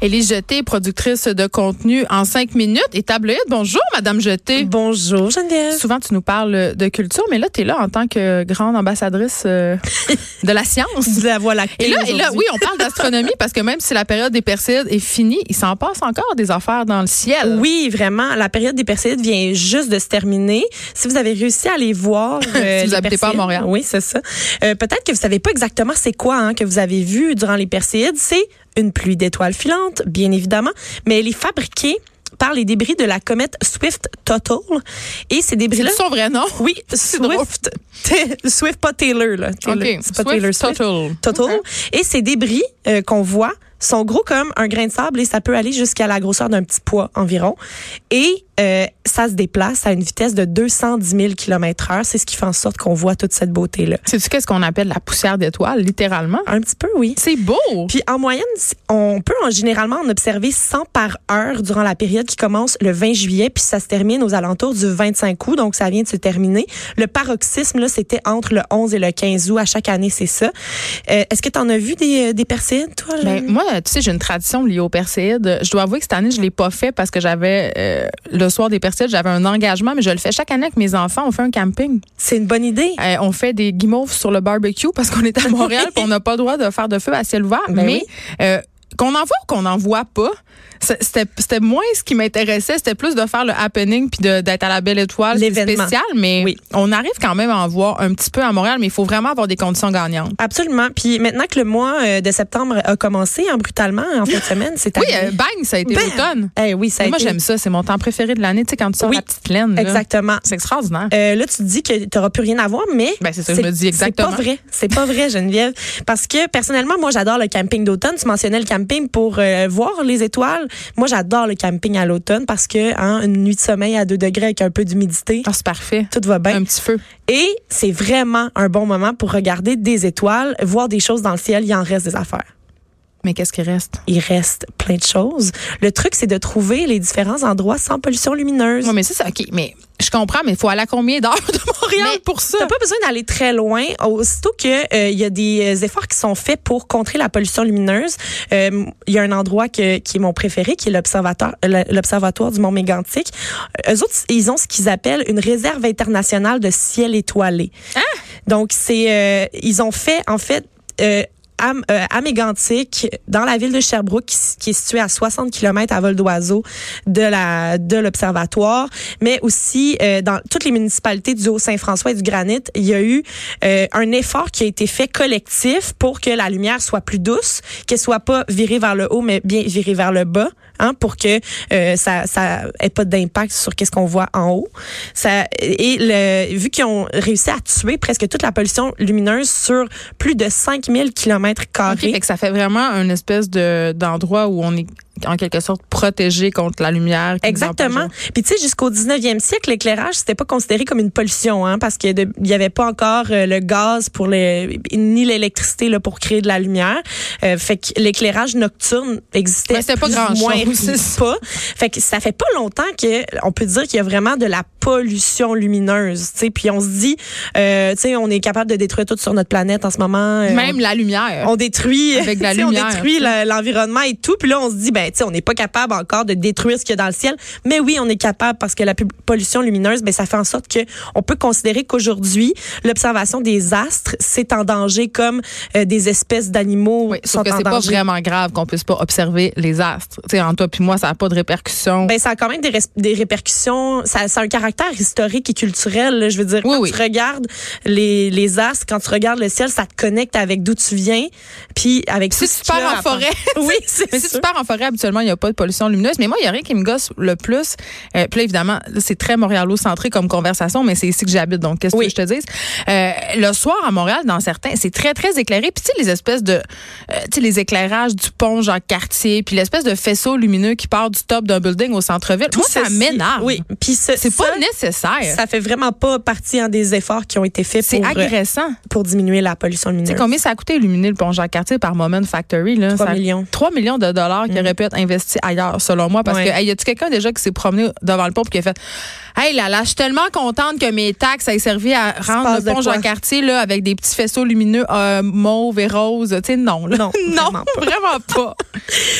Élie Jeté, productrice de contenu en cinq minutes et tabloïde. Bonjour, Madame Jeté. Bonjour Geneviève. Souvent, tu nous parles de culture, mais là, tu es là en tant que grande ambassadrice euh, de la science. De la voix Et là, et là, oui, on parle d'astronomie parce que même si la période des Perséides est finie, il s'en passe encore des affaires dans le ciel. Oui, vraiment. La période des Perséides vient juste de se terminer. Si vous avez réussi à les voir, euh, Si vous les habitez pas à Perséides- Montréal. oui, c'est ça. Euh, Peut-être que vous savez pas exactement c'est quoi hein, que vous avez vu durant les Perséides. C'est une pluie d'étoiles filantes, bien évidemment, mais elle est fabriquée par les débris de la comète Swift-Tuttle. Et ces C'est débris-là... son vrai nom. Oui, drôle. Swift. Swift, pas Taylor, là. Taylor. OK. C'est pas Taylor Swift. Tuttle. Total. Et ces débris euh, qu'on voit sont gros comme un grain de sable et ça peut aller jusqu'à la grosseur d'un petit poids environ. Et euh, ça se déplace à une vitesse de 210 000 km heure. C'est ce qui fait en sorte qu'on voit toute cette beauté-là. Sais-tu qu'est-ce qu'on appelle la poussière d'étoiles, littéralement? Un petit peu, oui. C'est beau. Puis en moyenne, si- on peut en généralement en observer 100 par heure durant la période qui commence le 20 juillet puis ça se termine aux alentours du 25 août, donc ça vient de se terminer. Le paroxysme là, c'était entre le 11 et le 15 août à chaque année, c'est ça. Euh, est-ce que tu en as vu des euh, des perséides, toi Ben, moi, tu sais, j'ai une tradition liée aux Perséides. Je dois avouer que cette année, je l'ai pas fait parce que j'avais, euh, le soir des Perséides, j'avais un engagement, mais je le fais chaque année avec mes enfants. On fait un camping. C'est une bonne idée. Euh, on fait des guimauves sur le barbecue parce qu'on est à Montréal et on n'a pas le droit de faire de feu à ciel ouvert. Ben mais euh, qu'on en voit ou qu'on n'en voit pas, c- c'était c'était moins ce qui m'intéressait. C'était plus de faire le happening puis de- d'être à la belle étoile. C'est L'événement. spécial, mais Oui. on arrive quand même à en voir un petit peu à Montréal, mais il faut vraiment avoir des conditions gagnantes. Absolument. Puis maintenant que le mois euh, de septembre a commencé, hein, brutalement, en fin de semaine, c'est Oui, arrivé. euh, bang, ça a été Bam! l'automne. Eh oui, ça a Moi, été- j'aime ça. C'est mon temps préféré de l'année, tu sais, quand tu sors Oui. la petite plaine. là. Exactement. C'est extraordinaire. Euh, là, tu te dis que tu n'auras plus rien à voir, mais. Ben, c'est ça que je me dis exactement. C'est pas vrai. C'est pas vrai, Geneviève. Parce que, personnellement, moi, j'adore le camping d'automne. Tu mentionnais le camping pour euh, voir les étoiles. Moi, j'adore le camping à l'automne parce que, hein, une nuit de sommeil à 2 degrés avec un peu d'humidité, Ah, c'est parfait. tout va bien. Un petit feu. Et c'est vraiment un bon moment pour regarder des étoiles, voir des choses dans le ciel. Il en reste des affaires. Mais qu'est-ce qui reste? il reste plein de choses. Le truc, c'est de trouver les différents endroits sans pollution lumineuse. Oui, mais c'est ça. OK, mais je comprends, mais il faut aller à combien d'heures de Montréal Mais pour ça? T'as pas besoin d'aller très loin. Aussitôt que euh, il y a des efforts qui sont faits pour contrer la pollution lumineuse, euh, il y a un endroit que- qui est mon préféré, qui est l'observatoire, l'observatoire du Mont Mégantic. Euh, Eux autres, ils ont ce qu'ils appellent une réserve internationale de ciel étoilé. Donc c'est, euh, ils ont fait en fait. euh, à, euh, à Mégantic, dans la ville de Sherbrooke, qui, s- qui est située à 60 km à vol d'oiseau de la de l'observatoire, mais aussi euh, dans toutes les municipalités du Haut-Saint-François et du Granit, il y a eu euh, un effort qui a été fait collectif pour que la lumière soit plus douce, qu'elle soit pas virée vers le haut, mais bien virée vers le bas, hein, pour que euh, ça ça ait pas d'impact sur qu'est-ce qu'on voit en haut. Ça et le, vu qu'ils ont réussi à tuer presque toute la pollution lumineuse sur plus de 5000 km OK, fait que ça fait vraiment une espèce de d'endroit où on est en quelque sorte protégé contre la lumière. qui nous Exactement. empêche. Puis tu sais, jusqu'au 19e siècle, l'éclairage, c'était pas considéré comme une pollution, hein, parce qu'il n'y avait pas encore euh, le gaz pour le, ni l'électricité là, pour créer de la lumière. Euh, fait que l'éclairage nocturne existait Mais c'était pas plus ou grand-chose, moins c'est pas. Fait que ça fait pas longtemps que on peut dire qu'il y a vraiment de la pollution lumineuse. Tu sais, puis on se dit, euh, tu sais, on est capable de détruire tout sur notre planète en ce moment. Euh, Même on- la lumière. on détruit Avec de la tu sais, lumière, on détruit tu sais. le- l'environnement et tout puis là on se dit ben tu sais on n'est pas capable encore de détruire ce qu'il y a dans le ciel mais oui on est capable parce que la pub- pollution lumineuse ben ça fait en sorte que on peut considérer qu'aujourd'hui l'observation des astres c'est en danger comme euh, des espèces d'animaux Oui, sont sauf que en c'est pas danger vraiment grave qu'on puisse pas observer les astres. Tu sais, en toi puis moi, ça n'a pas de répercussions. ben, ça a quand même des, res- des répercussions. Ça, ça a un caractère historique et culturel. là. Je veux dire, Oui, quand oui. tu regardes les, les astres, quand tu regardes le ciel, ça te connecte avec d'où tu viens, puis avec si tout ce tu pars qu'il y a en à- forêt, Oui, c'est mais si sûr. tu pars en forêt, habituellement, il n'y a pas de pollution lumineuse. Mais moi, il y a rien qui me gosse le plus. Euh, puis là, évidemment, là, c'est très Montréalo-centré comme conversation, mais c'est ici que j'habite. Donc, qu'est-ce Oui. que je te dise? Euh, le soir à Montréal, dans certains, c'est très, très éclairé. Puis, tu sais, les espèces de. euh, tu sais, les éclairages du pont, genre quartier, puis l'espèce de faisceau lumineux qui part du top d'un building au centre-ville. Moi, ça Ceci- m'énerve. Oui, puis ce- C'est pas ça, nécessaire. Ça fait vraiment pas partie hein, des efforts qui ont été faits c'est pour, euh, agressant. pour diminuer la pollution lumineuse. Tu sais combien ça a coûté illuminer le pont Jean-Cartier par Moment Factory? Là? 3 Ça- millions. Mm. 3 millions de dollars qui auraient pu être investis ailleurs, selon moi. Parce Ouais. que, hey, y a-tu quelqu'un déjà qui s'est promené devant le pont et qui a fait Hey, là, là, je suis tellement contente que mes taxes aient servi à rendre passe le de pont quoi? Jean-Cartier là, avec des petits faisceaux lumineux euh, mauves et roses. Tu sais, non. là. Non, non, vraiment pas.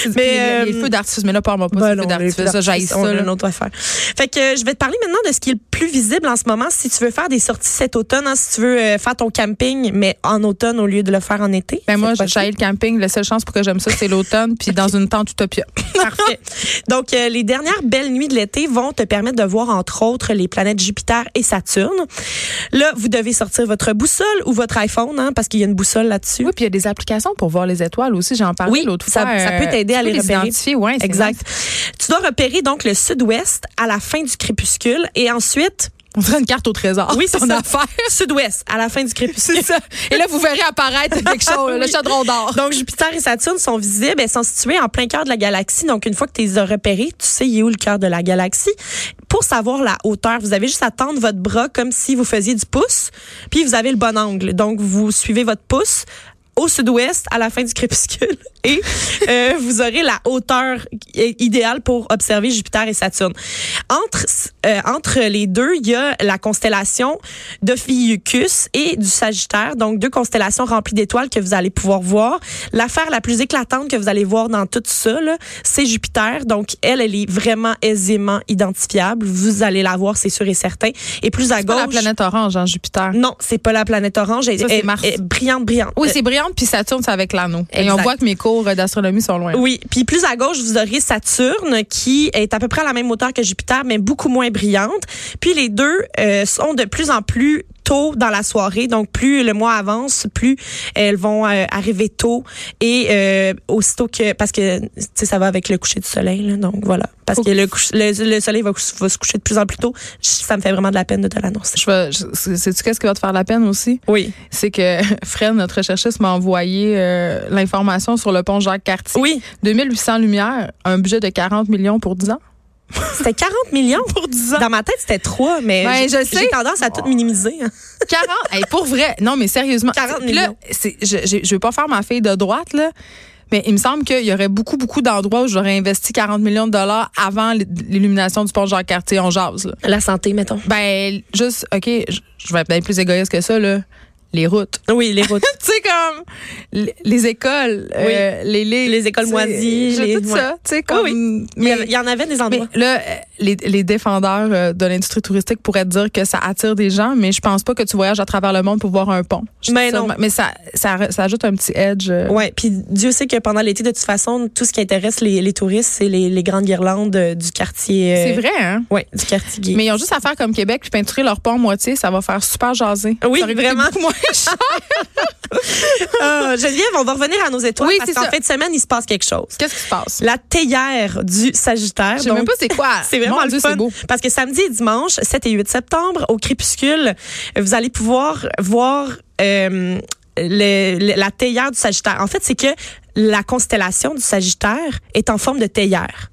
Mais, mais, les euh, feux d'artifice, mais là, parle-moi pas Bah de non, feux les feux d'artifice. Ça, j'haïs d'artifice, ça. on a là. une autre affaire. Fait que euh, je vais te parler maintenant de ce qui est le plus visible en ce moment. Si tu veux faire des sorties cet automne, hein, si tu veux euh, faire ton camping, mais en automne au lieu de le faire en été. Ben, moi, c'est possible. j'haïs le camping. La seule chance pour que j'aime ça, c'est l'automne, puis dans une tente utopia. Parfait. Donc, euh, les dernières belles nuits de l'été vont te permettre de voir, entre autres, les planètes Jupiter et Saturne. Là, vous devez sortir votre boussole ou votre iPhone, hein, parce qu'il y a une boussole là-dessus. Oui, puis il y a des applications pour voir les étoiles aussi. J'en parlais Oui, l'autre ça- fois. euh, ça peut t'aider tu à peux les repérer. identifier, ouais, c'est Exact. nice. Tu dois repérer donc le sud-ouest à la fin du crépuscule et ensuite On dirait une carte au trésor. Oui, c'est ton ça. affaire. sud-ouest à la fin du crépuscule. C'est ça. Et là, vous verrez apparaître quelque chose, le Oui. chaudron d'or. Donc, Jupiter et Saturne sont visibles. Elles sont situées en plein cœur de la galaxie. Donc, une fois que tu les as repérées, tu sais il est où le cœur de la galaxie. Pour savoir la hauteur, vous avez juste à tendre votre bras comme si vous faisiez du pouce, puis vous avez le bon angle. Donc, vous suivez votre pouce au sud-ouest à la fin du crépuscule et euh, vous aurez la hauteur i- idéale pour observer Jupiter et Saturne. Entre, euh, entre les deux, il y a la constellation d'Ophiuchus et du Sagittaire, donc deux constellations remplies d'étoiles que vous allez pouvoir voir. L'affaire la plus éclatante que vous allez voir dans tout ça, là, c'est Jupiter. Donc, elle, elle est vraiment aisément identifiable. Vous allez la voir, c'est sûr et certain. Et plus à Pas gauche... la planète orange, hein, Jupiter. Non, c'est pas la planète orange. Elle, Ça, c'est elle- Mars. elle est brillante, brillante. Euh, Oui, c'est brillante, puis Saturne, c'est avec l'anneau. Et on Exact. voit que mes cours euh, d'astronomie sont loin. Oui, puis plus à gauche, vous aurez Saturne qui est à peu près à la même hauteur que Jupiter, mais beaucoup moins brillante. Puis les deux euh, sont de plus en plus tôt dans la soirée, donc plus le mois avance, plus elles vont euh, arriver tôt et euh, aussitôt que parce que tu sais ça va avec le coucher du soleil, là, donc voilà parce Faut que le, couche- le, le soleil va, cou- va se coucher de plus en plus tôt. Ch- Ça me fait vraiment de la peine de te l'annoncer. Je vais- je- c'est- Sais-tu qu'est-ce qui va te faire la peine aussi? Oui, C'est que Fred, notre recherchiste, m'a envoyé euh, l'information sur le pont Jacques-Cartier. oui, 2800 lumières, un budget de 40 millions pour 10 ans. c'était 40 millions pour 10 ans. Dans ma tête, c'était 3, mais Ben, j'ai- je sais. j'ai tendance à tout minimiser. hein. 40, hey, pour vrai. Non, mais sérieusement. 40 Puis là, millions. c'est- je, je, je veux pas faire ma fille de droite, là. Mais il me semble qu'il y aurait beaucoup, beaucoup d'endroits où j'aurais investi 40 millions de dollars avant l- l'illumination du pont Jean-Cartier. On jase, là. La santé, mettons. Ben, juste, OK, je je vais être bien plus égoïste que ça, là. Les routes. Oui, les routes. Tu sais, comme les, les écoles, Oui. euh, les ligues, Les écoles tu sais, moisies, je- les- Ah tout ça. Tu sais, Oui, comme. oui. Il y, Mais- avait- il y en avait des mais endroits. là, euh, les, les défendeurs euh, de l'industrie touristique pourraient te dire que ça attire des gens, mais je pense pas que tu voyages à travers le monde pour voir un pont. Je dis Mais ça, non. Mais ça, ça, ça ajoute un petit edge. euh. Ouais, puis Dieu sait que pendant l'été, de toute façon, tout ce qui intéresse les, les touristes, c'est les, les grandes guirlandes euh, du quartier. euh, C'est vrai, hein? Ouais, du quartier gay. Mais ils ont juste à faire comme Québec puis peinturer leur pont en moitié, ça va faire super jaser. Ah Oui, Ça aurait coûté vraiment. beaucoup moins cher. Ah, Geneviève, on va revenir à nos étoiles Oui, parce c'est qu'en ça. fin de semaine, il se passe quelque chose. Qu'est-ce qui se passe? La théière du Sagittaire. Je sais même donc, pas c'est quoi. C'est vraiment Mon le Dieu, fun. c'est beau. Parce que samedi et dimanche, 7 et 8 septembre, au crépuscule, vous allez pouvoir voir euh, le- le- la théière du Sagittaire. En fait, c'est que la constellation du Sagittaire est en forme de théière.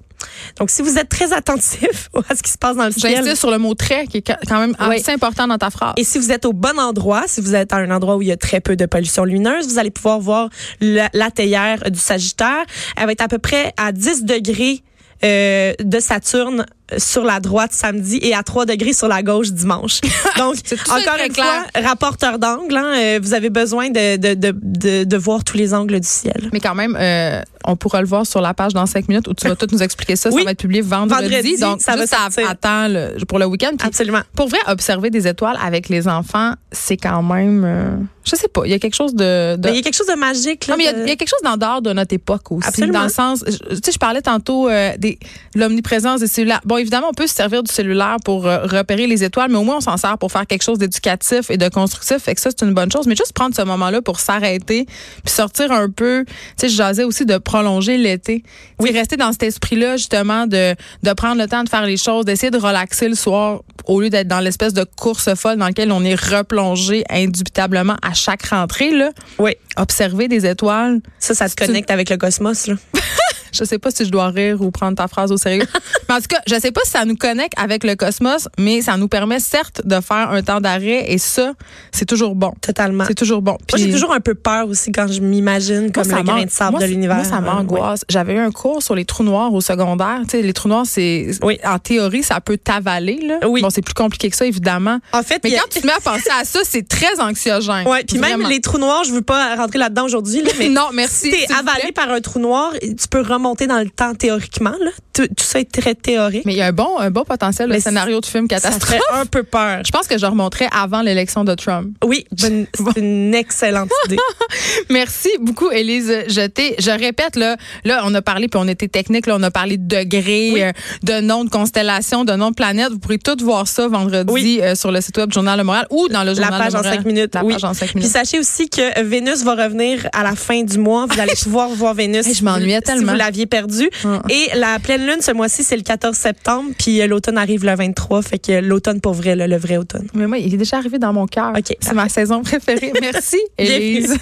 Donc, si vous êtes très attentif à ce qui se passe dans le ciel. J'insiste sur le mot trait qui est ca- quand même Oui. assez important dans ta phrase. Et si vous êtes au bon endroit, si vous êtes à un endroit où il y a très peu de pollution lumineuse, vous allez pouvoir voir la, la théière du Sagittaire. Elle va être à peu près à 10 degrés euh, de Saturne sur la droite samedi et à 3 degrés sur la gauche dimanche. Donc, tout ça encore très une fois, rapporteur d'angle, hein, euh, vous avez besoin de, de, de, de, de voir tous les angles du ciel. Mais quand même, euh, on pourra le voir sur la page dans cinq minutes où tu vas tout nous expliquer ça. Oui. Ça va être publié vendredi. Vendredi, donc, ça va juste à- sortir. attends le- pour le week-end. Puis Absolument. Pour vrai, observer des étoiles avec les enfants, c'est quand même. euh, Je sais pas. Il y a quelque chose de. de- Mais il y a quelque chose de magique. Là, non, Ah, mais il y a- de- il y, a quelque chose dans d'art de notre époque aussi. Absolument. Dans le sens, je- tu sais, je parlais tantôt euh, des- de l'omniprésence des cellulaires. Bon, évidemment, on peut se servir du cellulaire pour euh, repérer les étoiles, mais au moins, on s'en sert pour faire quelque chose d'éducatif et de constructif. Fait que ça, c'est une bonne chose. Mais juste prendre ce moment-là pour s'arrêter, puis sortir un peu. Tu sais, je jasais aussi de prolonger l'été. Oui, rester dans cet esprit-là, justement, de, de prendre le temps de faire les choses, d'essayer de relaxer le soir au lieu d'être dans l'espèce de course folle dans laquelle on est replongé indubitablement à chaque rentrée, là Oui, observer des étoiles. ça, ça te connecte avec le cosmos. Là. Je sais pas si je dois rire ou prendre ta phrase au sérieux. mais en tout cas, je sais pas si ça nous connecte avec le cosmos, mais ça nous permet certes de faire un temps d'arrêt et ça, c'est toujours bon. Totalement. C'est toujours bon. Moi, j'ai Puis- toujours un peu peur aussi quand je m'imagine comme ça le grain m'ang- de sable moi, de c'est- l'univers. Moi, ça Euh, ouais. m'angoisse. J'avais eu un cours sur les trous noirs au secondaire. Tu sais, les trous noirs, c'est Oui. en théorie, ça peut t'avaler. Là. Oui. Bon, c'est plus compliqué que ça, évidemment. En fait, Mais il y a- quand tu te mets à penser à ça, c'est très anxiogène. Ouais, puis même Vraiment. les trous noirs, je veux pas rentrer là-dedans aujourd'hui, là, mais Non, merci. si t'es s'il vous avalé plaît. par un trou noir, tu peux remonter dans le temps théoriquement. Là. Tout, tout ça est très théorique. Mais il y a un bon, un bon potentiel de Mais scénario de film ça catastrophe. ferait un peu peur. Je pense que je remonterai avant l'élection de Trump. Oui, bonne- c'est une excellente idée. Merci beaucoup, Élise Jeté. Je répète, là, là, on a parlé, puis on était technique, là, on a parlé de degrés, euh, de nom de constellation, de nom de planète. Vous pourrez tout voir ça vendredi Oui. euh, sur le site web Journal Le Moral ou dans le La Journal page Le en Montréal. cinq minutes. La oui. page en cinq Puis minutes. sachez aussi que Vénus va revenir à la fin du mois. Vous allez pouvoir voir Vénus. Hey, je m'ennuyais si vous- tellement. Si vous l'aviez perdue. Ah. Et la pleine lune ce mois-ci, c'est le 14 septembre. Puis euh, l'automne arrive le 23. Fait que l'automne pour vrai, là, le vrai automne. Mais moi, il est déjà arrivé dans mon cœur. OK, C'est ma saison préférée. Merci, Bienvenue. Élise.